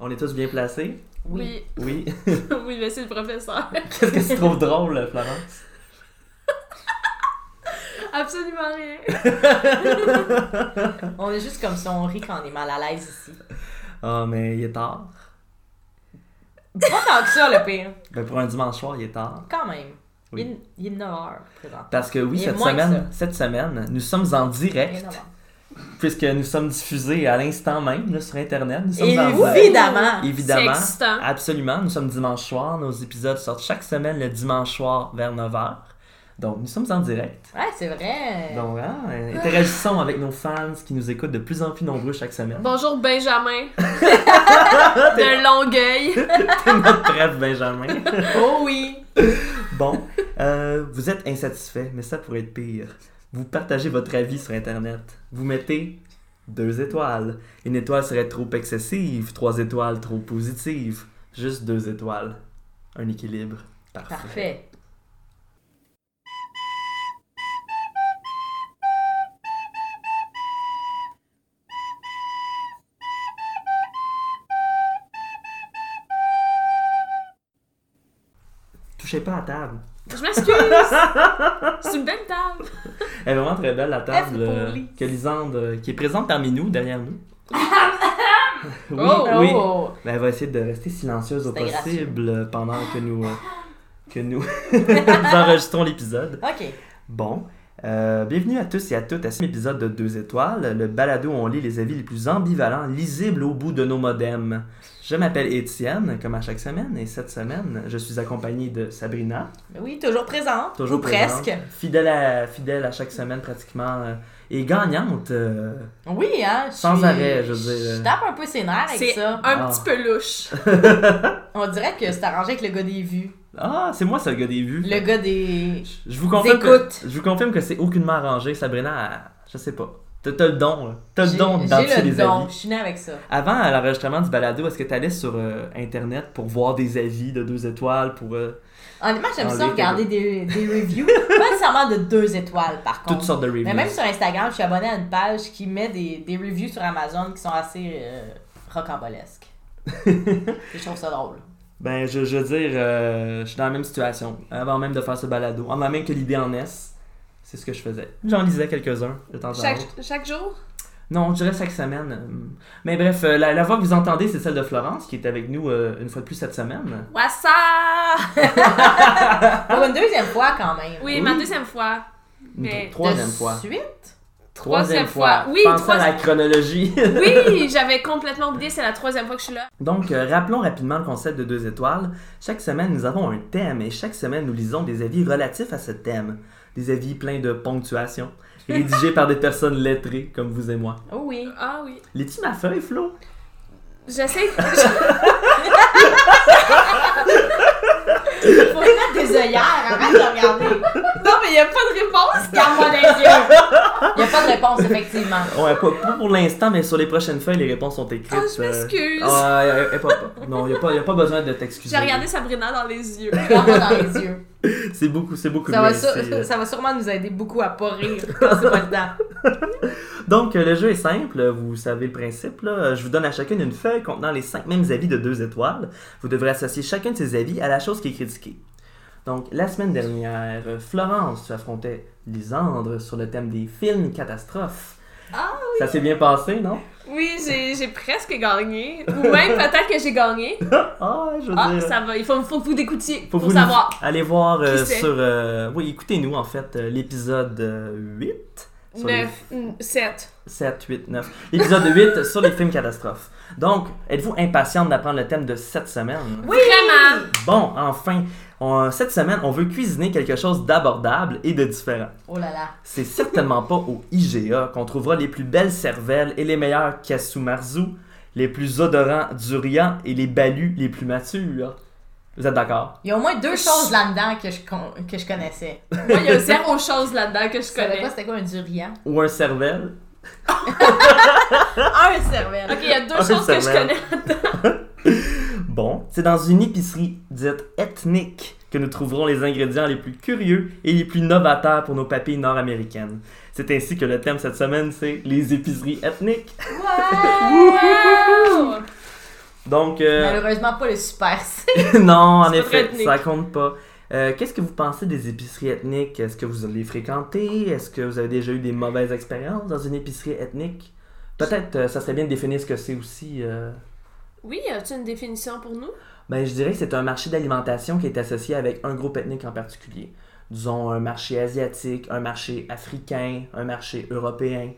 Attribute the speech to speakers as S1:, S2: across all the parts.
S1: On est tous bien placés?
S2: Oui.
S1: Oui.
S2: Oui, monsieur le professeur.
S1: Qu'est-ce que tu trouves drôle, Florence?
S2: Absolument rien.
S3: On est juste comme ça, on rit quand on est mal à l'aise ici.
S1: Ah, mais il est tard.
S3: Pas tant que ça, le pire.
S1: Ben, pour un dimanche soir, il est tard.
S3: Quand même.
S1: Oui.
S3: Il, est, il est 9 h présent.
S1: Parce que oui,
S3: Il est
S1: cette
S3: moins que
S1: semaine, cette semaine, nous sommes en
S3: Il est
S1: direct,
S3: 9 heures.
S1: puisque nous sommes diffusés à l'instant même là, sur Internet. Nous sommes en direct.
S3: Évidemment.
S1: Évidemment.
S2: C'est excitant.
S1: Absolument. Nous sommes dimanche soir. Nos épisodes sortent chaque semaine le dimanche soir vers 9h. Donc, nous sommes en direct.
S3: Ouais, c'est vrai.
S1: Donc, hein, euh, interagissons avec nos fans qui nous écoutent de plus en plus nombreux chaque semaine.
S2: Bonjour Benjamin. de Longueuil.
S1: C'est notre bref Benjamin.
S3: Oh oui.
S1: Bon, euh, vous êtes insatisfait, mais ça pourrait être pire. Vous partagez votre avis sur Internet. Vous mettez deux étoiles. Une étoile serait trop excessive, trois étoiles trop positives. Juste deux étoiles. Un équilibre. Parfait.
S3: Parfait.
S1: Touchez pas à table.
S2: Je m'excuse. C'est une belle table.
S1: Elle est vraiment très belle, la table
S3: Elle est
S1: euh,
S3: polie.
S1: que Lisande, euh, qui est présente parmi nous, derrière nous. oui,
S2: Oh,
S1: oui.
S3: Oh.
S1: Mais elle va essayer de rester silencieuse au
S3: C'était gracieux.
S1: possible euh, pendant que nous, euh, que nous, nous enregistrons l'épisode.
S3: OK.
S1: Bon, euh, bienvenue à tous et à toutes à cet épisode de Deux Étoiles, le balado où on lit les avis les plus ambivalents, lisibles au bout de nos modems. Je m'appelle Étienne, comme à chaque semaine, et cette semaine, je suis accompagné de Sabrina.
S3: Mais Oui, toujours présent.
S1: Toujours
S3: Ou
S1: présente,
S3: presque.
S1: Fidèle à, fidèle à chaque semaine pratiquement. euh, et gagnante. euh,
S3: Oui, hein. je
S1: Sans
S3: suis-
S1: arrêt, je veux dire. euh,
S3: Je tape un peu ses nerfs avec
S2: C'est
S3: ça.
S2: un
S1: Ah.
S2: petit peu louche.
S3: On dirait que c'est arrangé avec le gars des vues.
S1: Ah, c'est moi, ça, le gars des vues.
S3: Le gars des.
S1: Je vous confirme que,
S3: Écoute.
S1: je vous confirme que c'est aucunement arrangé. Sabrina, elle- je sais pas. T'as t'as le don, là. T'as le
S3: J'ai-
S1: don
S3: j'ai
S1: d'identifier
S3: le
S1: les
S3: don.
S1: avis.
S3: Je suis née avec ça.
S1: Avant, à l'enregistrement du balado, est-ce que t'allais sur euh, Internet pour voir des avis de deux étoiles, pour euh,
S3: Honnêtement, j'aime
S1: Enlever
S3: ça regarder des, des reviews. pas nécessairement de deux étoiles, par contre.
S1: toutes sortes de reviews?
S3: Mais même sur Instagram, je suis abonnée à une page qui met des, des reviews sur Amazon qui sont assez euh, rocambolesques. Et je trouve ça drôle.
S1: Ben, je, je veux dire, euh, je suis dans la même situation. Avant même de faire ce balado, avant même que l'idée en est, c'est ce que je faisais. J'en lisais quelques-uns de temps en temps.
S2: Chaque, chaque jour?
S1: Non, je dirais chaque semaine. Hum. Mais bref, euh, la, la voix que vous entendez, c'est celle de Florence, qui est avec nous euh, une fois de plus cette semaine.
S2: Wassa!
S3: Pour une deuxième fois, quand même.
S2: Oui,
S1: Oui.
S2: ma deuxième fois.
S1: Une
S2: Mais-
S1: tro- troisième
S3: De
S1: fois.
S3: suite?
S2: Troisième fois. Oui,
S1: Pensez à la
S2: troisième-
S1: chronologie.
S2: Oui, j'avais complètement oublié, c'est la troisième fois que je suis là.
S1: Donc, euh, rappelons rapidement le concept de deux étoiles. Chaque semaine, nous avons un thème et chaque semaine, nous lisons des avis relatifs à ce thème. Des avis pleins de ponctuation, rédigés par des personnes lettrées comme vous et moi.
S3: Oh oui.
S2: Ah oui.
S1: L'es-tu ma feuille, Flo?
S2: J'essaie.
S3: Faut mettre des œillères, arrête de regarder.
S2: non, mais il n'y a pas de réponse.
S3: Regarde-moi dans les yeux. Il n'y a pas de réponse, effectivement.
S1: Ouais, Oh, pas, pas pour l'instant, mais sur les prochaines feuilles, les réponses sont écrites.
S2: Ah, je
S1: euh,
S2: m'excuse.
S1: ah, euh, euh, pas- pas- non, il n'y a, pas- y a pas besoin de t'excuser.
S2: J'ai regardé Sabrina dans les yeux.
S3: Regarde-moi dans les yeux.
S1: C'est beaucoup, c'est beaucoup
S3: Ça
S1: mieux
S3: va, sur-
S1: ici, euh.
S3: ça va sûrement nous aider beaucoup à pas rire quand c'est pas le temps.
S1: Donc, euh, le jeu est simple, vous savez le principe. Là. Je vous donne à chacune une feuille contenant les cinq mêmes avis de deux étoiles. Vous devrez associer chacun de ces avis à la chose qui est critiquée. Donc, la semaine dernière, euh, Florence affrontait Lisandre sur le thème des films catastrophes.
S2: Ah
S1: oui! Ça s'est bien passé, non?
S2: Oui, j'ai j'ai presque gagné. Ou même peut-être que j'ai gagné.
S1: Ah, je veux
S2: Ah,
S1: dire...
S2: ça va. Il faut, faut que vous l'écoutiez
S1: Faut
S2: pour
S1: vous-
S2: savoir.
S1: Allez voir euh,
S2: Qui c'est?
S1: sur... euh, Oui, écoutez-nous, en fait, euh, l'épisode euh, 8. sur les
S2: 9, 7.
S1: 7, 8, 9. L'épisode 8 sur les films catastrophes. Donc, êtes-vous impatiente d'apprendre le thème de cette semaine?
S2: Oui! Vraiment!
S1: Bon, enfin, on- cette semaine, on veut cuisiner quelque chose d'abordable et de différent.
S3: Oh là là.
S1: C'est certainement pas au IGA qu'on trouvera les plus belles cervelles et les meilleurs marzu, les plus odorants durians et les balus les plus matures. Vous êtes d'accord?
S3: Il y a au moins deux choses là-dedans que je, con- que je connaissais.
S2: Moi, il y a zéro chose là-dedans que je
S3: Je savais pas
S2: connais.
S3: c'était quoi un durian.
S1: Ou un cervelle?
S3: Un cervelle.
S2: Ok, il y a deux
S1: Ah,
S2: choses
S1: ça
S2: que je
S1: merde.
S2: connais.
S1: Bon, c'est dans une épicerie dite ethnique que nous trouverons les ingrédients les plus curieux et les plus novateurs pour nos papilles nord-américaines. C'est ainsi que le thème
S2: Ah,
S1: cette semaine, c'est les épiceries ethniques.
S3: Ouais!
S2: Wow!
S1: Donc, euh,
S3: Malheureusement, pas le super C.
S1: non, en
S2: C'est pas
S1: effet,
S2: très ethnique.
S1: ça compte pas. Euh, Qu'est-ce que vous pensez des épiceries ethniques? Est-ce que vous les fréquentez? Est-ce que vous avez déjà eu des mauvaises expériences dans une épicerie ethnique? Peut-être euh, ça serait bien de définir ce que c'est aussi. euh.
S2: Oui, as-tu une définition pour nous?
S1: Ben, je dirais que c'est un marché d'alimentation qui est associé avec un groupe ethnique en particulier. Disons un marché asiatique, un marché africain, un marché européen,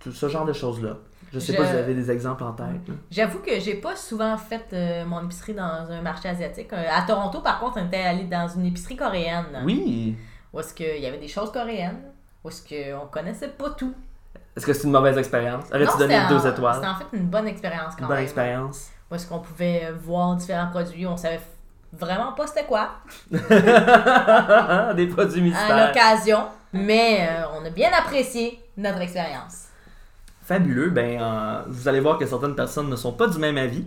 S1: tout ce genre de choses-là. Je sais
S3: Je-
S1: pas si vous avez des exemples en tête. hein.
S3: J'avoue que j'ai pas souvent fait euh, mon épicerie dans un marché asiatique. Euh, À Toronto, par contre, on était allé dans une épicerie coréenne.
S1: Oui!
S3: Où est-ce qu'il y avait des choses coréennes. Où est-ce qu'on connaissait pas tout.
S1: Est-ce que c'est une mauvaise expérience? Aurais-tu
S3: Non,
S1: donné
S3: c'était en-
S1: deux étoiles?
S3: C'était en fait une bonne expérience quand
S1: Une bonne
S3: même.
S1: expérience.
S3: Où est-ce qu'on pouvait euh, voir différents produits. On savait vraiment pas c'était quoi.
S1: des produits
S3: à
S1: mystères.
S3: l'occasion, mais euh, on a bien apprécié notre expérience.
S1: Fabuleux, ben euh, vous allez voir que certaines personnes ne sont pas du même avis.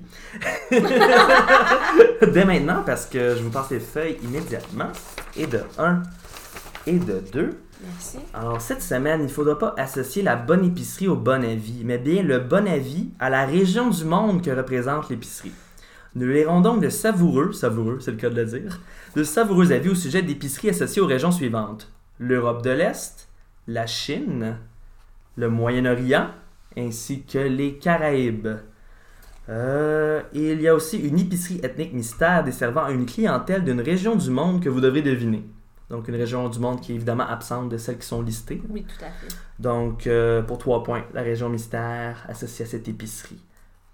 S1: Dès maintenant, parce que je vous passe les feuilles immédiatement. Et de 1 et de 2.
S2: Merci.
S1: Alors cette semaine, il ne faudra pas associer la bonne épicerie au bon avis, mais bien le bon avis à la région du monde que représente l'épicerie. Nous lirons donc de savoureux, savoureux, c'est le cas de le dire, de savoureux avis au sujet d'épiceries associées aux régions suivantes. L'Europe de l'Est, la Chine, le Moyen-Orient, ainsi que les Caraïbes. Euh, et il y a aussi une épicerie ethnique mystère desservant à une clientèle d'une région du monde que vous devrez deviner. Donc une région du monde qui est évidemment absente de celles qui sont listées.
S2: Oui, tout à fait.
S1: Donc euh, pour trois points, la région mystère associée à cette épicerie.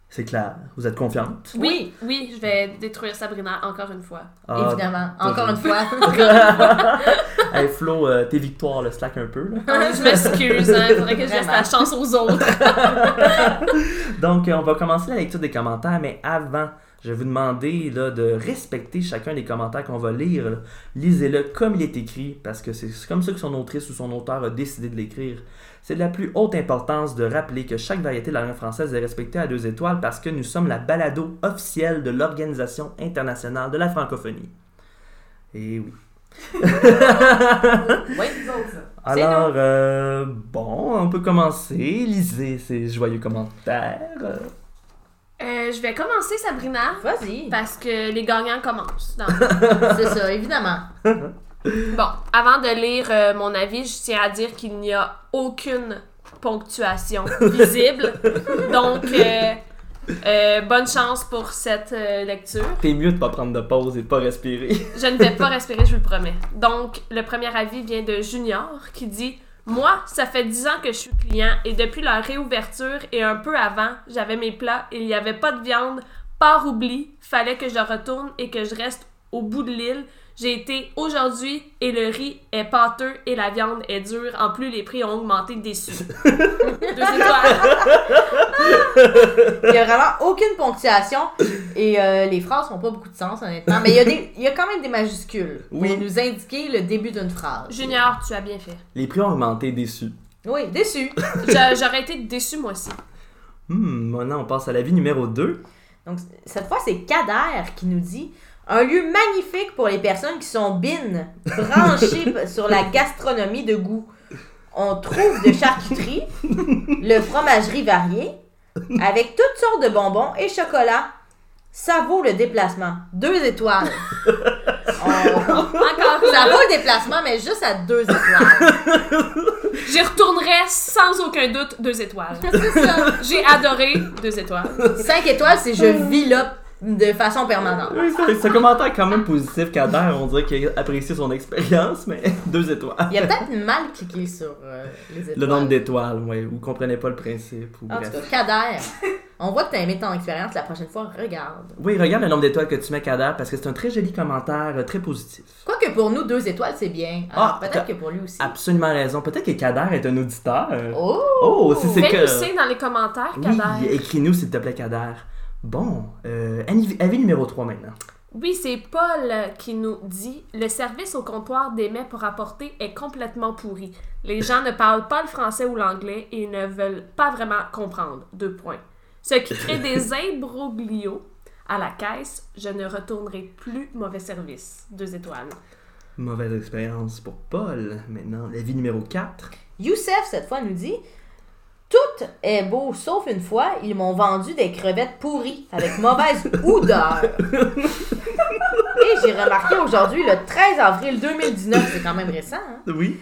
S1: C'est clair, vous êtes confiante
S2: Oui, oui, je vais détruire Sabrina encore une fois.
S1: Ah,
S3: évidemment.
S1: toujours.
S3: Encore une fois.
S1: hey Flo, euh, tes victoires le slack un peu. là.
S2: Ah, je m'excuse, hein. faudrait que je laisse
S3: Vraiment.
S2: la chance aux autres.
S1: Donc, euh, on va commencer la lecture des commentaires, mais avant, je vais vous demander là, de respecter chacun des commentaires qu'on va lire. là. Lisez-le comme il est écrit, parce que c'est comme ça que son autrice ou son auteur a décidé de l'écrire. C'est de la plus haute importance de rappeler que chaque variété de la langue française est respectée à deux étoiles parce que nous sommes la balado officielle de l'Organisation internationale de la francophonie. Et oui.
S3: oui, nous autres, ça.
S1: Alors, euh, bon, on peut commencer. Lisez ces joyeux commentaires.
S2: Euh, je vais commencer, Sabrina,
S3: Vas-y.
S2: parce que les gagnants commencent. dans-
S3: C'est ça, évidemment.
S2: Bon, avant de lire euh, mon avis, je tiens à dire qu'il n'y a aucune ponctuation visible. Donc, euh, euh, bonne chance pour cette euh, lecture.
S1: T'es mieux de pas prendre de pause et de pas respirer.
S2: Je ne vais pas respirer, je vous le promets. Donc, le premier avis vient de Junior qui dit Moi, ça fait 10 ans que je suis client et depuis leur réouverture et un peu avant, j'avais mes plats et il n'y avait pas de viande, par oubli, fallait que je retourne et que je reste au bout de l'île. J'ai été aujourd'hui et le riz est pâteux et la viande est dure. En plus, les prix ont augmenté déçu. Deux étoiles.
S3: Il n'y a vraiment aucune ponctuation et euh, les phrases n'ont pas beaucoup de sens, honnêtement. Mais il y, a des- il y a quand même des majuscules pour
S1: Oui.
S3: nous indiquer le début d'une phrase.
S2: Junior, tu as bien fait.
S1: Les prix ont augmenté, déçu.
S3: Oui, déçu.
S2: Je- J'aurais été déçu moi aussi.
S1: Hmm, maintenant on passe à l'avis numéro 2.
S3: Donc, cette fois, c'est Kader qui nous dit un lieu magnifique pour les personnes qui sont bines, branchées p- sur la gastronomie de goût. On trouve de charcuterie, le fromagerie variée, avec toutes sortes de bonbons et chocolat. Ça vaut le déplacement. Deux étoiles. On-
S2: Encore
S3: Ça vaut le déplacement, mais juste à deux étoiles.
S2: J'y retournerais sans aucun doute deux étoiles.
S3: C'est ça.
S2: J'ai adoré deux étoiles.
S3: Cinq étoiles, c'est je vis là de façon permanente.
S1: Oui, c'est c'est un commentaire quand même positif qu'Ader, on dirait qu'il a apprécié son expérience, mais deux étoiles.
S3: Il a peut-être mal cliqué sur euh, les étoiles.
S1: Le nombre d'étoiles, oui, vous comprenez pas le principe. ou
S3: En tout
S1: bref.
S3: cas, Kader, on voit que t'as aimé ton expérience. La prochaine fois, regarde.
S1: Oui, regarde le nombre d'étoiles que tu mets Kader parce que c'est un très joli commentaire, euh, très positif.
S3: Quoique pour nous, deux étoiles, c'est bien.
S1: Ah,
S3: Alors,
S1: t'as-
S3: peut-être que pour lui aussi.
S1: Absolument raison. Peut-être que Kader est un auditeur.
S3: Oh!
S1: Oh, si c'est
S2: Fais
S1: que.
S2: nous signe dans les commentaires,
S1: Oui,
S2: Kader.
S1: écris-nous s'il te plaît, Kader. Bon, euh, avis avis numéro 3 maintenant.
S2: Oui, c'est Paul qui nous dit Le service au comptoir des mets pour apporter est complètement pourri. Les gens ne parlent pas le français ou l'anglais et ne veulent pas vraiment comprendre. Deux points. Ce qui crée des imbroglios. À la caisse, je ne retournerai plus mauvais service. Deux étoiles.
S1: Mauvaise expérience pour Paul. Maintenant, l'avis numéro 4.
S3: Youssef, cette fois, nous dit Tout est beau, sauf une fois, ils m'ont vendu des crevettes pourries avec mauvaise odeur. Et j'ai remarqué aujourd'hui, le 13 avril 2019, c'est quand même récent, hein,
S1: Oui.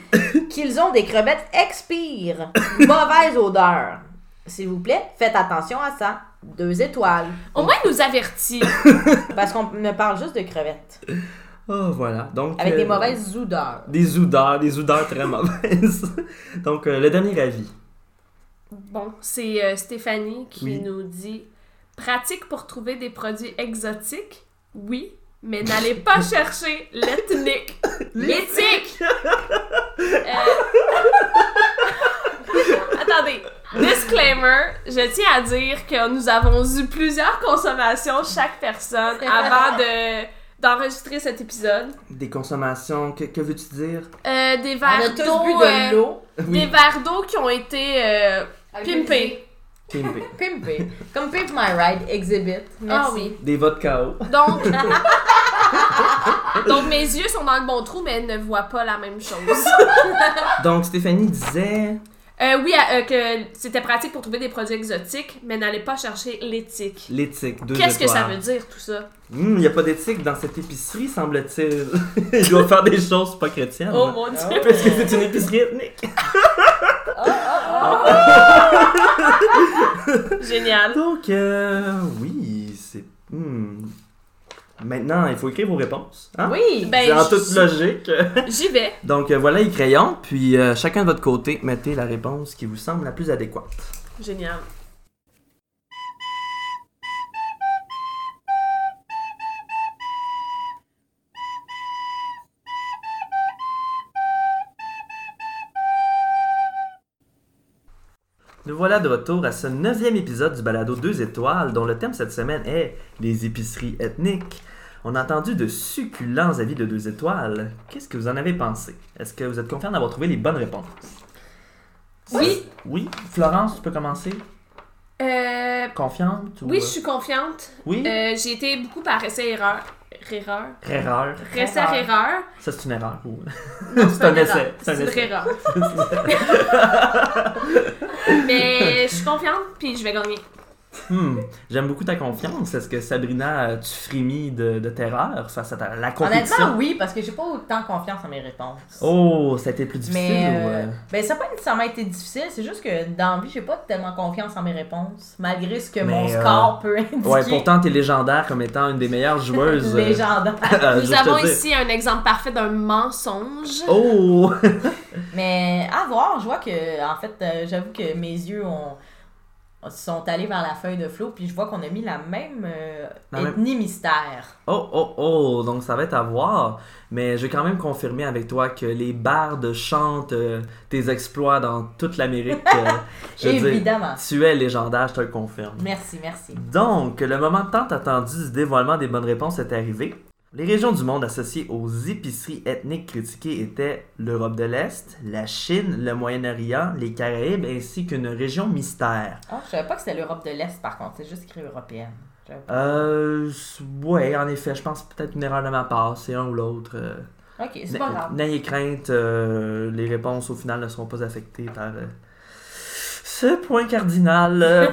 S3: qu'ils ont des crevettes expire, mauvaise odeur. S'il vous plaît, faites attention à ça. Deux étoiles.
S2: Au moins, il nous avertit.
S3: Parce qu'on me parle juste de crevettes.
S1: Oh, voilà. Donc,
S3: Avec des
S1: euh,
S3: mauvaises odeurs.
S1: Des odeurs, des odeurs très mauvaises. Donc, euh, le dernier avis.
S2: Bon, c'est euh, Stéphanie qui
S1: Oui.
S2: nous dit pratique pour trouver des produits exotiques. Oui, mais n'allez pas chercher l'ethnique, l'éthique. Euh, Attendez, disclaimer, je tiens à dire que nous avons eu plusieurs consommations chaque personne avant de d'enregistrer cet épisode.
S1: Des consommations, que, que veux-tu dire?
S2: Euh, des
S3: On a
S2: verres
S3: tous
S2: d'eau,
S3: bu
S2: euh,
S3: de l'eau.
S2: des verres d'eau qui ont été euh, pimpés.
S1: Pimpé.
S3: Pimpé. Comme Pimp My Ride, Exhibit. Merci.
S2: Ah oui.
S1: Des vodka haut.
S2: Donc, donc mes yeux sont dans le bon trou, mais elles ne voient pas la même chose.
S1: Donc, Stéphanie disait...
S2: Euh, oui, euh, que c'était pratique pour trouver des produits exotiques, mais n'allez pas chercher l'éthique.
S1: L'éthique, deux
S2: Qu'est-ce que ça
S1: étoiles.
S2: veut dire tout ça?
S1: Hmm, Il n'y a pas d'éthique dans cette épicerie, semble-t-il. Ils doivent faire des choses pas chrétiennes.
S2: Oh mon
S3: Ah.
S2: dieu!
S1: Parce que c'est une épicerie ethnique.
S3: Oh, oh, oh.
S1: Ah
S2: Génial!
S1: Donc, euh, oui, c'est... hmm. Maintenant, il faut écrire vos réponses. Hein?
S3: Oui.
S2: Ben,
S1: C'est en
S2: j-
S1: toute logique.
S2: j'y vais.
S1: Donc, euh, voilà les crayons. Puis, euh, chacun de votre côté, mettez la réponse qui vous semble la plus adéquate.
S2: Génial.
S1: Nous voilà de retour à ce neuvième épisode du balado 2 étoiles dont le thème cette semaine est les épiceries ethniques. On a entendu de succulents avis de 2 étoiles. Qu'est-ce que vous en avez pensé? Est-ce que vous êtes confiant d'avoir trouvé les bonnes réponses?
S2: Oui,
S1: Oui, Florence, tu peux commencer.
S2: euh,
S1: Confiante? ou,
S2: oui,
S1: euh,
S2: je suis confiante.
S1: Oui?
S2: Euh, j'ai été beaucoup par essai-erreur. Erreur?
S1: Erreur.
S2: Essai-erreur.
S1: Ça, c'est une erreur. ou-
S2: C'est
S1: un essai, c'est un
S2: C'est une
S1: essai.
S2: vraie erreur. Mais je suis confiante, puis je vais gagner.
S1: Hmm, J'aime beaucoup ta confiance. Est-ce que Sabrina, euh, tu frémis de, de terreur face à ta- la
S3: Honnêtement,
S1: compétition?
S3: oui, parce que j'ai pas autant confiance en mes réponses.
S1: Oh, ça a été plus difficile
S3: Mais
S1: ou...
S3: euh,
S1: euh,
S3: ben, ça n'a pas nécessairement été difficile, c'est juste que dans la vie, j'ai pas tellement confiance en mes réponses, malgré ce que
S1: Mais,
S3: mon
S1: euh,
S3: score peut indiquer.
S1: Ouais, pourtant, t'es légendaire comme étant une des meilleures joueuses. euh,
S3: Légendaire.
S1: Euh,
S2: Nous
S1: juste
S2: avons
S1: te dire.
S2: ici un exemple parfait d'un mensonge.
S1: Oh!
S3: Mais à voir, je vois que, en fait, euh, j'avoue que mes yeux ont sont allés vers la feuille de flot, puis je vois qu'on a mis la même euh,
S1: La même-
S3: ethnie mystère.
S1: Oh, oh, oh! Donc, ça va être à voir. Mais je vais quand même confirmer avec toi que les bardes chantent euh, tes exploits dans toute l'Amérique. euh, je veux dire,
S3: Évidemment.
S1: tu es légendaire, je te le confirme.
S3: Merci, merci.
S1: Donc, le moment tant attendu du dévoilement des bonnes réponses est arrivé. Les régions du monde associées aux épiceries ethniques critiquées étaient l'Europe de l'Est, la Chine, le Moyen-Orient, les Caraïbes ainsi qu'une région mystère.
S3: Ah, je savais pas que c'était l'Europe de l'Est, par contre. C'est juste écrit européenne. Je-
S1: Euh. s- Ouais, en effet, je pense peut-être une erreur de ma part, c'est un ou l'autre. euh.
S3: Ok, c'est
S1: N-
S3: pas grave.
S1: N'ayez crainte, euh, les réponses au final ne seront pas affectées par euh, ce point cardinal. euh,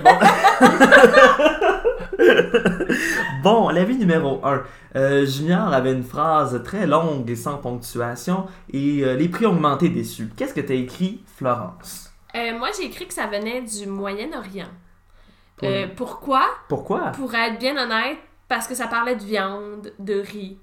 S1: bon. bon, l'avis numéro 1. Junior avait une phrase très longue et sans ponctuation et euh, les prix augmentés déçus. Qu'est-ce que t'as écrit, Florence
S2: Euh, moi, j'ai écrit que ça venait du Moyen-Orient.
S1: Pour-
S2: Euh, pourquoi?
S1: Pourquoi
S2: Pour être bien honnête, parce que ça parlait de viande, de riz,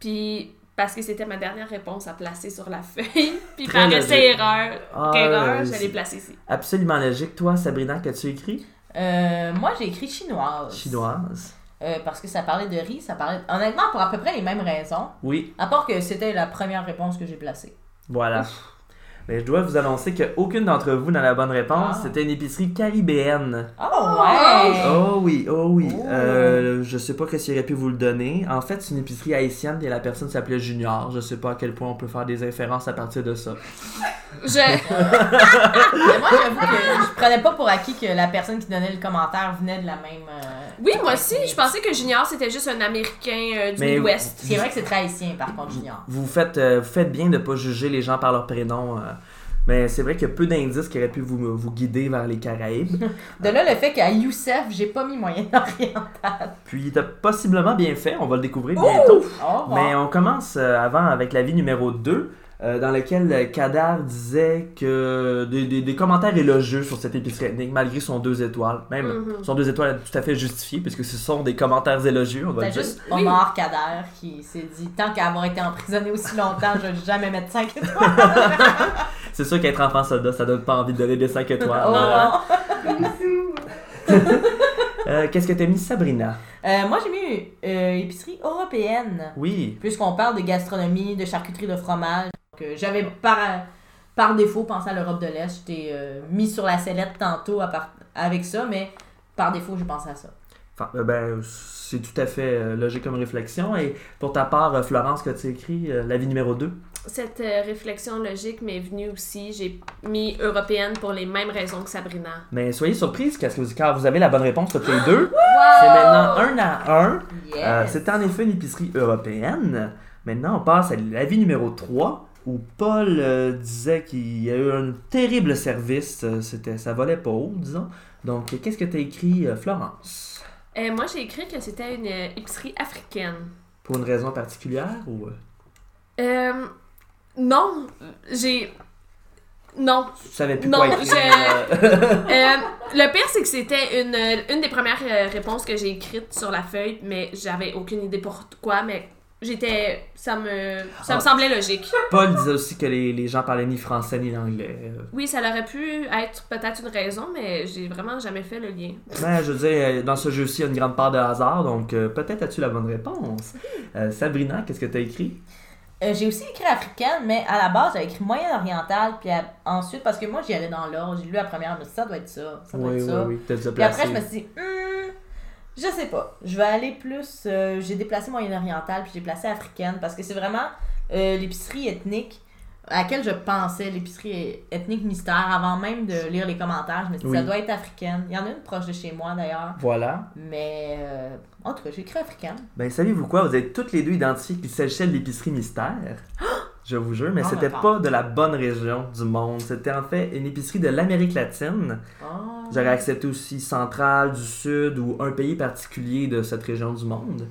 S2: puis parce que c'était ma dernière réponse à placer sur la feuille, puis
S1: Très
S2: par
S1: logique.
S2: essai-erreur,
S1: Ah,
S2: erreur,
S1: euh,
S2: je l'ai
S1: c'est
S2: placé ici.
S1: Absolument logique. Toi, Sabrina, qu'as-tu écrit
S3: Euh, moi, j'ai écrit chinoise.
S1: Chinoise.
S3: Euh, parce que ça parlait de riz, ça parlait. Honnêtement, pour à peu près les mêmes raisons.
S1: Oui,
S3: À part que c'était la première réponse que j'ai placée.
S1: Voilà. Mais je dois vous annoncer qu'aucune d'entre vous n'a la bonne réponse.
S3: Ah.
S1: C'était une épicerie caribéenne.
S3: Oh,
S2: ouais!
S3: ouais!
S1: Oh oui, oh oui.
S3: Oh.
S1: Euh, je sais pas qu'est-ce qu'il aurait pu vous le donner. En fait, c'est une épicerie haïtienne et la personne s'appelait Junior. Je sais pas à quel point on peut faire des inférences à partir de ça.
S2: Je...
S3: Mais moi, j'avoue que je prenais pas pour acquis que la personne qui donnait le commentaire venait de la même. euh,
S2: Oui, moi aussi, je pensais que Junior, c'était juste un Américain euh, du
S1: Mais-
S2: Midwest.
S3: C'est vrai que c'est très haïtien, par contre, Junior.
S1: Vous faites, euh, vous faites bien de pas juger les gens par leur prénom. euh, Mais c'est vrai qu'il y a peu d'indices qui auraient pu vous, vous guider vers les Caraïbes.
S3: De là le fait qu'à Youssef, j'ai pas mis Moyen-Orient.
S1: Puis t'as possiblement bien fait, on va le découvrir bientôt.
S3: Oh,
S1: Mais on commence euh, avant avec l'avis numéro 2, euh, dans lequel euh, Kadar disait que des, des- des commentaires élogieux sur cette épicerie ethnique, malgré son deux étoiles. Même
S2: Mhm.
S1: son deux étoiles est tout à fait justifié, puisque ce sont des commentaires élogieux, on va
S3: T'as
S1: le dire.
S3: juste Omar Kader qui s'est dit tant qu'à avoir été emprisonné aussi longtemps, je vais jamais mettre 5 étoiles.
S1: C'est sûr qu'être enfant soldat, ça donne pas envie de donner des 5 étoiles.
S3: Oh,
S1: Euh,
S3: non.
S1: euh, Qu'est-ce que t'as mis, Sabrina?
S3: Euh, moi, j'ai mis euh, épicerie européenne.
S1: Oui.
S3: Puisqu'on parle de gastronomie, de charcuterie, de fromage, donc, euh, j'avais par, par défaut pensé à l'Europe de l'Est. J'étais euh, mis sur la sellette tantôt à part- avec ça, mais par défaut, j'ai pensé à ça.
S1: Enfin, euh, ben, c'est tout à fait euh, logique comme réflexion. Et pour ta part, euh, Florence, que tu écrit, euh, l'avis numéro 2.
S2: Cette euh, réflexion logique m'est venue aussi. J'ai mis européenne pour les mêmes raisons que Sabrina.
S1: Mais soyez surprise, parce que vous- car vous avez la bonne réponse toutes les deux. C'est maintenant un à un. Euh,
S3: Yes.
S1: C'était en effet une épicerie européenne. Maintenant, on passe à l'avis numéro 3, où Paul euh, disait qu'il y a eu un terrible service. Euh, C'était, ça volait pas haut, disons. Donc, euh, qu'est-ce que t'as écrit, euh, Florence
S2: Euh, moi, j'ai écrit que c'était une euh, épicerie africaine.
S1: Pour une raison particulière ou... euh,
S2: Euh, non, j'ai. Non.
S1: Tu savais plus
S2: Non,
S1: quoi écrire
S2: je-
S1: euh,
S2: Euh, le pire, c'est que c'était une, une des premières euh, réponses que j'ai écrites sur la feuille, mais j'avais aucune idée pourquoi, mais j'étais. Ça me. Ça me
S1: Ah.
S2: semblait logique.
S1: Paul disait aussi que les, les gens parlaient ni français ni l'anglais. Euh,
S2: Oui, ça aurait pu être peut-être une raison, mais j'ai vraiment jamais fait le lien.
S1: Mais je veux dire, euh, dans ce jeu-ci, il y a une grande part de hasard, donc euh, peut-être as-tu la bonne réponse. Euh, Sabrina, qu'est-ce que t'as écrit
S3: Euh, j'ai aussi écrit africaine, mais à la base, j'avais écrit moyen-oriental, puis à- ensuite, parce que moi, j'y allais dans l'ordre. J'ai lu la première, je me suis dit, ça doit être ça, ça doit être ça.
S1: oui, t'as déjà
S3: Puis après,
S1: placé.
S3: je me suis dit, Hmm, je sais pas. Je vais aller plus. euh, j'ai déplacé moyen-oriental, puis j'ai placé africaine, parce que c'est vraiment euh, l'épicerie ethnique à laquelle je pensais, l'épicerie ethnique mystère, avant même de lire les commentaires. Je me suis dit,
S1: Oui.
S3: ça doit être africaine. Il y en a une proche de chez moi, d'ailleurs.
S1: Voilà.
S3: Mais, euh, en tout cas, j'ai écrit africaine.
S1: Ben, savez-vous quoi? Vous avez toutes les deux identifié qu'il s'agissait de l'épicerie mystère. Je vous jure, mais
S3: Non,
S1: c'était
S3: d'accord.
S1: pas de la bonne région du monde. C'était en fait une épicerie de l'Amérique latine.
S3: Ah.
S1: J'aurais accepté aussi centrale, du sud ou un pays particulier de cette région du monde.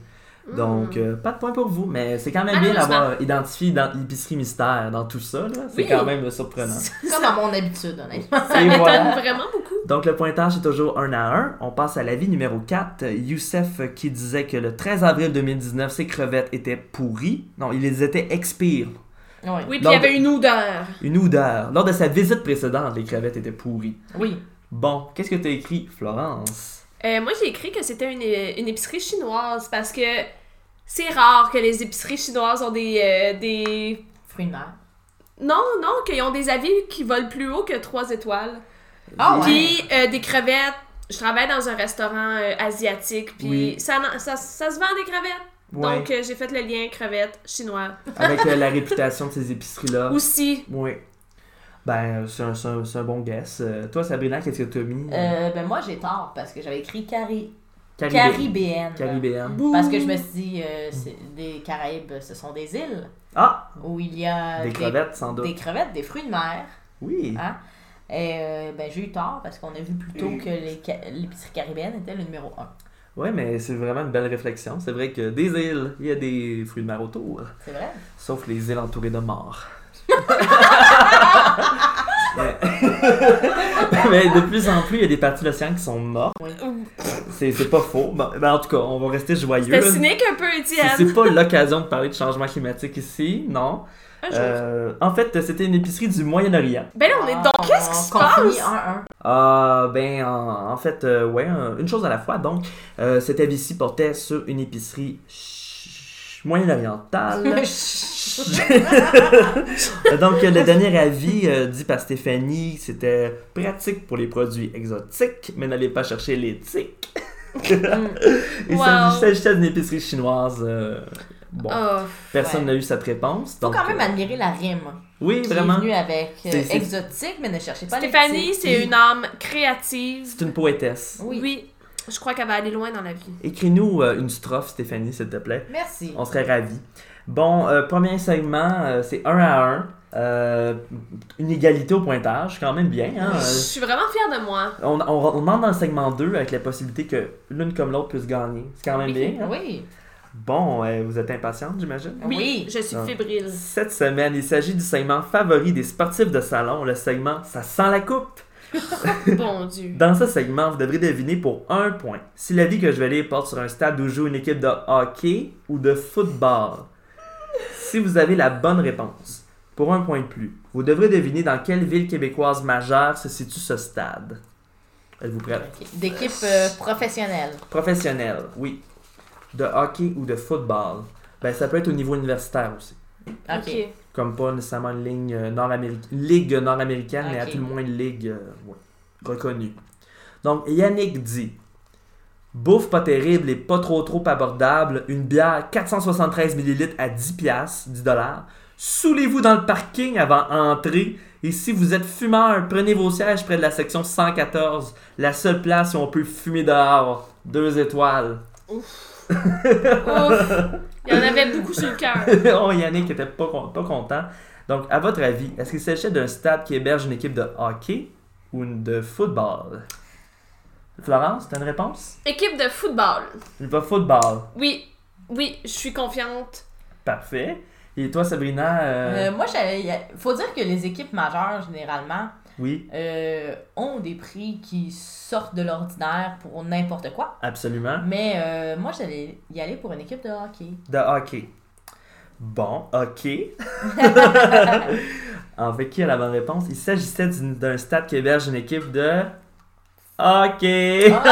S1: Donc, euh, pas de point pour vous, mais c'est quand même bien
S2: Malheureusement.
S1: d'avoir identifié dans l'épicerie mystère dans tout ça. là. C'est
S2: Oui.
S1: quand même surprenant.
S3: Comme à mon habitude, honnêtement.
S2: Ça
S1: Et
S2: m'étonne
S1: voilà.
S2: vraiment beaucoup.
S1: Donc le pointage est toujours 1 à 1. On passe à l'avis numéro 4. Youssef euh, qui disait que le 13 avril 2019, ses crevettes étaient pourries. Non, il les étaient expires.
S3: Ouais.
S2: Oui, puis il
S1: Donc-
S2: y avait une odeur.
S1: Une odeur. Lors de sa visite précédente, les crevettes étaient pourries.
S3: oui.
S1: Bon, qu'est-ce que t'as écrit, Florence?
S2: Euh, moi, j'ai écrit que c'était une, euh, une épicerie chinoise parce que c'est rare que les épiceries chinoises ont des. euh, des...
S3: Fruits de mer.
S2: Non, non, qu'ils ont des avis qui volent plus haut que 3 étoiles.
S3: Ah ouais.
S2: Puis euh, des crevettes. Je travaille dans un restaurant euh, asiatique, puis
S1: Oui.
S2: ça, n'en- ça, ça se vend des crevettes.
S1: Ouais,
S2: Donc, euh, j'ai fait le lien crevettes chinois.
S1: avec euh, la réputation de ces épiceries-là.
S2: Aussi,
S1: Oui. Ben, euh, c'est un, c'est un- c'est un bon guess. Euh, toi, Sabrina, qu'est-ce que t'as mis?
S3: Euh, ben moi, j'ai tort, parce que j'avais écrit cari...
S1: Caribé-
S3: caribéenne.
S1: Caribéenne.
S3: Parce que je me suis dit, euh, c'est- les Caraïbes, ce sont des îles
S1: Ah!
S3: où il y a
S1: Des crevettes, sans doute.
S3: Euh, des crevettes, des fruits de mer.
S1: Oui.
S3: Hein? Et euh, ben, j'ai eu tort parce qu'on a vu plus tôt que les ca- l'épicerie caribéenne était le numéro 1.
S1: Ouais, mais c'est vraiment une belle réflexion. C'est vrai que des îles, il y a des fruits de mer autour.
S3: C'est vrai?
S1: Sauf les îles entourées de morts. Mais... Mais de plus en plus, il y a des parties de l'océan qui sont mortes. C'est c'est pas faux. Bon, ben, en tout cas, on va rester joyeux.
S2: c'était cynique un peu,
S1: C'est-
S2: Étienne.
S1: C'est pas l'occasion de parler de changement climatique ici, non.
S2: Un jour.
S1: Euh, en fait, c'était une épicerie du Moyen-Orient.
S2: Ben là, on est
S3: Ah,
S2: donc. Qu'est-ce qui se passe?
S3: 1
S1: Ah, ben, en, en fait, euh, ouais, un- une chose à la fois. Donc, euh, cet avis-ci portait sur une épicerie ch- moyen-orientale. Donc, le dernier avis euh, dit par Stéphanie, c'était pratique pour les produits exotiques, mais n'allez pas chercher l'éthique.
S3: Mm.
S1: Il
S2: Wow.
S1: s'agit- s'agissait d'une épicerie chinoise. euh, bon,
S2: Ah.
S1: personne
S3: Oh, ouais.
S1: n'a eu cette réponse.
S3: Faut
S1: donc,
S3: quand même
S1: euh,
S3: admirer la rime.
S1: oui,
S3: Qui
S1: vraiment.
S3: est venue avec euh,
S1: C'est- c'est-
S3: exotique, mais ne cherchez pas les
S2: Stéphanie,
S3: petits.
S2: c'est une âme créative.
S1: C'est une poétesse.
S3: Oui.
S2: Oui. Je crois qu'elle va aller loin dans la vie.
S1: Écris-nous euh, une strophe, Stéphanie, s'il te plaît.
S3: Merci.
S1: On serait ravis. Bon, euh, premier segment, euh, c'est un à un. Euh, une égalité au pointage, quand même bien. hein.
S2: Je suis vraiment fière de moi.
S1: On, on- on demande dans le segment 2 avec la possibilité que l'une comme l'autre puisse gagner. C'est quand même bien. hein.
S3: Oui.
S1: Bon, euh, vous êtes impatiente, j'imagine?
S2: Oui,
S3: Oui.
S2: je suis
S1: Ah.
S2: fébrile.
S1: Cette semaine, il s'agit du segment favori des sportifs de salon, le segment Ça sent la coupe.
S2: Bon Dieu.
S1: Dans ce segment, vous devrez deviner pour un point si la vie que je vais lire porte sur un stade où joue une équipe de hockey ou de football. Si vous avez la bonne réponse, pour un point de plus, vous devrez deviner dans quelle ville québécoise majeure se situe ce stade. Êtes-vous prête?
S3: Ok. D'équipe euh, professionnelle.
S1: Professionnel, oui. De hockey ou de football. Ben, ça peut être au niveau universitaire aussi.
S3: Ok. Euh,
S2: Ok.
S1: comme pas nécessairement une ligne euh, nord-américaine, ligue nord-américaine, mais à
S3: Ok.
S1: tout le moins une ligue euh, ouais, reconnue. Donc Yannick dit Bouffe pas terrible et pas trop trop abordable, une bière 473 ml à 10 piastres, 10 dollars. Soulez-vous dans le parking avant entrée et si vous êtes fumeur, prenez vos sièges près de la section 114, la seule place où on peut fumer dehors. Deux étoiles.
S2: Ouf. Il y en avait beaucoup sur le cœur.
S1: oh, Yannick était pas, con- pas content. Donc, à votre avis, est-ce qu'il s'agissait d'un stade qui héberge une équipe de hockey ou une de football? Florence, t'as une réponse?
S2: Équipe de football.
S1: Il va football.
S2: Oui, oui, je suis confiante.
S1: Parfait. Et toi, Sabrina? euh,
S3: Euh, moi, j'avais. y a- Faut dire que les équipes majeures, généralement,
S1: Oui,
S3: euh, ont des prix qui sortent de l'ordinaire pour n'importe quoi.
S1: absolument.
S3: Mais euh, moi, j'allais y aller pour une équipe de hockey.
S1: De hockey. Bon, ok. Avec qui a la bonne réponse? Il s'agissait d'une- d'un stade qui héberge une équipe de hockey.
S2: Oh!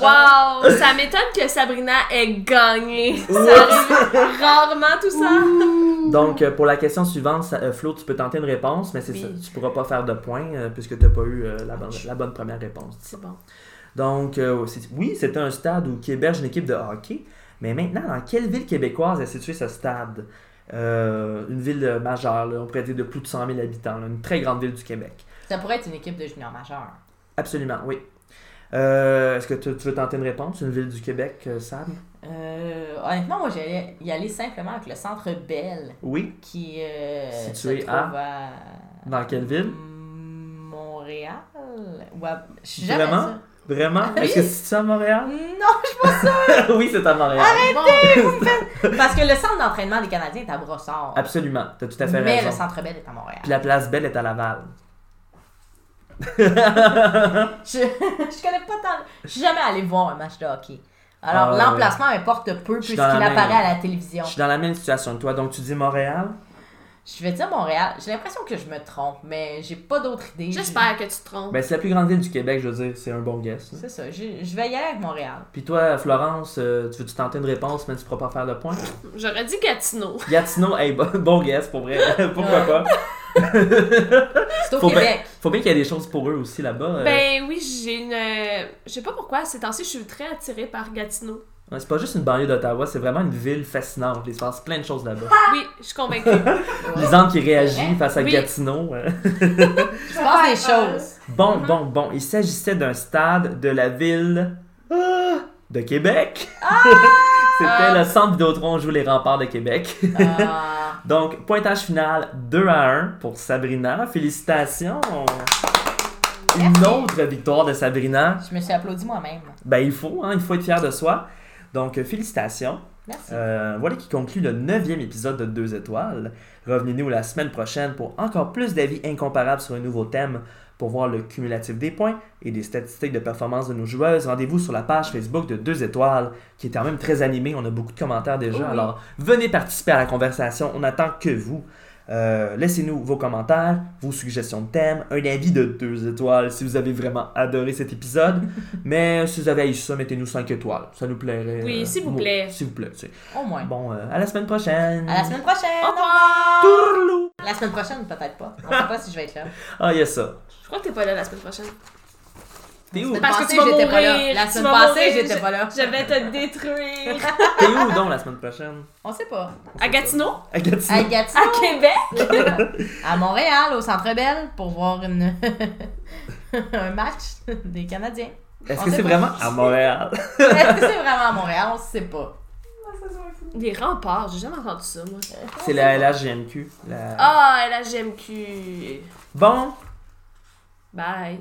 S2: Wow! Ça m'étonne que Sabrina ait gagné. Ça arrive rarement tout ça.
S1: Donc, euh, pour la question suivante, ça- euh, Flo, tu peux tenter une réponse, mais c'est
S3: Oui.
S1: ça. Tu pourras pas faire de points euh, puisque tu n'as pas eu euh, la, bonne, la bonne première réponse.
S2: C'est bon.
S1: Donc, euh, c'est- oui, c'était un stade où qui héberge une équipe de hockey, mais maintenant, dans quelle ville québécoise est situé ce stade Euh, Une ville euh, majeure, là, on pourrait dire de plus de 100 000 habitants, là, une très grande ville du Québec.
S3: Ça pourrait être une équipe de juniors majeurs.
S1: Absolument, oui. Euh, Est-ce que tu, tu veux tenter une réponse Une ville du Québec, euh, Sam
S3: Euh, honnêtement, moi, j'allais y aller simplement avec le centre Bell
S1: Oui.
S3: qui euh,
S1: Situé
S3: se trouve à...
S1: Dans quelle ville
S3: Montréal ou à... Je suis jamais
S1: Vraiment
S3: sûre.
S1: Vraiment Est-ce que c'est à Montréal
S3: Non,
S1: Oui, c'est à Montréal.
S3: parce que le centre d'entraînement des Canadiens est à Brossard.
S1: Absolument, tu as Ah, tout à fait
S3: mais
S1: raison.
S3: le centre Bell est à Montréal.
S1: Puis la place Belle est à Laval.
S3: Je, je connais pas tant. Je suis jamais allée voir un match de hockey. Alors,
S1: Ah,
S3: l'emplacement importe peu
S1: Je suis
S3: puisqu'il
S1: dans la même-
S3: apparaît à la télévision.
S1: Je suis dans la même situation que toi, donc tu dis Montréal.
S3: Je vais dire Montréal. J'ai l'impression que je me trompe, mais j'ai pas d'autre idée.
S2: J'espère que tu te trompes.
S1: Ben, c'est la plus grande ville du Québec, je veux dire, c'est un bon guess. là.
S3: C'est ça. Je, je vais y aller avec Montréal.
S1: Puis toi, Florence, euh, tu veux-tu tenter une réponse, mais tu pourras pas faire de point?
S2: J'aurais dit Gatineau.
S1: Gatineau, hey, bon, bon guess, pour vrai. Pourquoi pas?
S3: Ouais. C'est au
S1: Faut bien-
S3: Québec.
S1: Faut bien qu'il y ait des choses pour eux aussi là-bas. euh.
S2: Ben oui, j'ai une. euh, Je sais pas pourquoi, ces temps-ci, je suis très attirée par Gatineau.
S1: Ouais, C'est pas juste une banlieue d'Ottawa, c'est vraiment une ville fascinante. Il se passe plein de choses là-bas.
S2: Oui, je suis convaincue.
S1: Lisande qui réagit face à
S2: Oui.
S1: Gatineau. euh.
S3: Je pense des choses.
S1: Bon,
S2: Uh-huh.
S1: bon, bon. Il s'agissait d'un stade de la ville ah, de Québec. C'était
S2: Ah.
S1: le centre Vidéotron joue les remparts de Québec.
S3: Ah,
S1: Donc, pointage final 2 à 1 pour Sabrina. Félicitations! Une autre victoire de Sabrina.
S3: je me suis applaudi moi-même.
S1: Ben, il faut, hein, il faut être fier de soi. Donc, euh, félicitations.
S3: Merci.
S1: Euh, voilà qui conclut le neuvième épisode de 2 étoiles. Revenez-nous la semaine prochaine pour encore plus d'avis incomparables sur un nouveau thème. Pour voir le cumulatif des points et des statistiques de performance de nos joueuses, rendez-vous sur la page Facebook de 2 étoiles, qui est quand même très animée. On a beaucoup de commentaires déjà.
S2: Oh oui.
S1: Alors, venez participer à la conversation. On attend que vous. Euh, Laissez-nous vos commentaires, vos suggestions de thèmes, un avis de 2 étoiles si vous avez vraiment adoré cet épisode. Mais si vous avez haï ça, mettez-nous 5 étoiles. Ça nous plairait.
S2: Oui,
S1: euh,
S2: s'il vous
S1: beaucoup.
S2: plaît.
S1: S'il vous plaît, tu sais.
S3: Au moins.
S1: Bon, euh, à la semaine prochaine.
S3: À la semaine prochaine.
S2: Au revoir!
S1: Tourlou.
S3: La semaine prochaine, peut-être pas. On sait pas si je vais être là.
S1: Ah, il y a ça.
S2: Je crois que t'es pas là la semaine prochaine.
S1: T'es où?
S3: La semaine
S2: Parce que
S3: passée,
S2: tu vas
S3: j'étais pas là.
S2: mourir,
S3: La
S2: tu
S3: semaine
S2: vas
S3: passée,
S2: mourir.
S3: j'étais pas là.
S2: Je vais te détruire.
S1: T'es où donc la semaine prochaine?
S3: On sait pas.
S2: À Gatineau?
S1: À Gatineau.
S3: À
S2: À
S3: Gatineau,
S2: Québec?
S3: à Montréal, au Centre Bell, pour voir une... un match des Canadiens.
S1: Est-ce
S3: on
S1: que
S3: sait
S1: c'est
S3: pas.
S1: vraiment à Montréal?
S3: Est-ce que c'est vraiment à Montréal? On sait pas.
S2: Ça Des remparts, j'ai jamais entendu ça, moi.
S1: C'est la LHGMQ. la-
S2: Ah, la GMQ.
S1: Bon,
S2: Bye.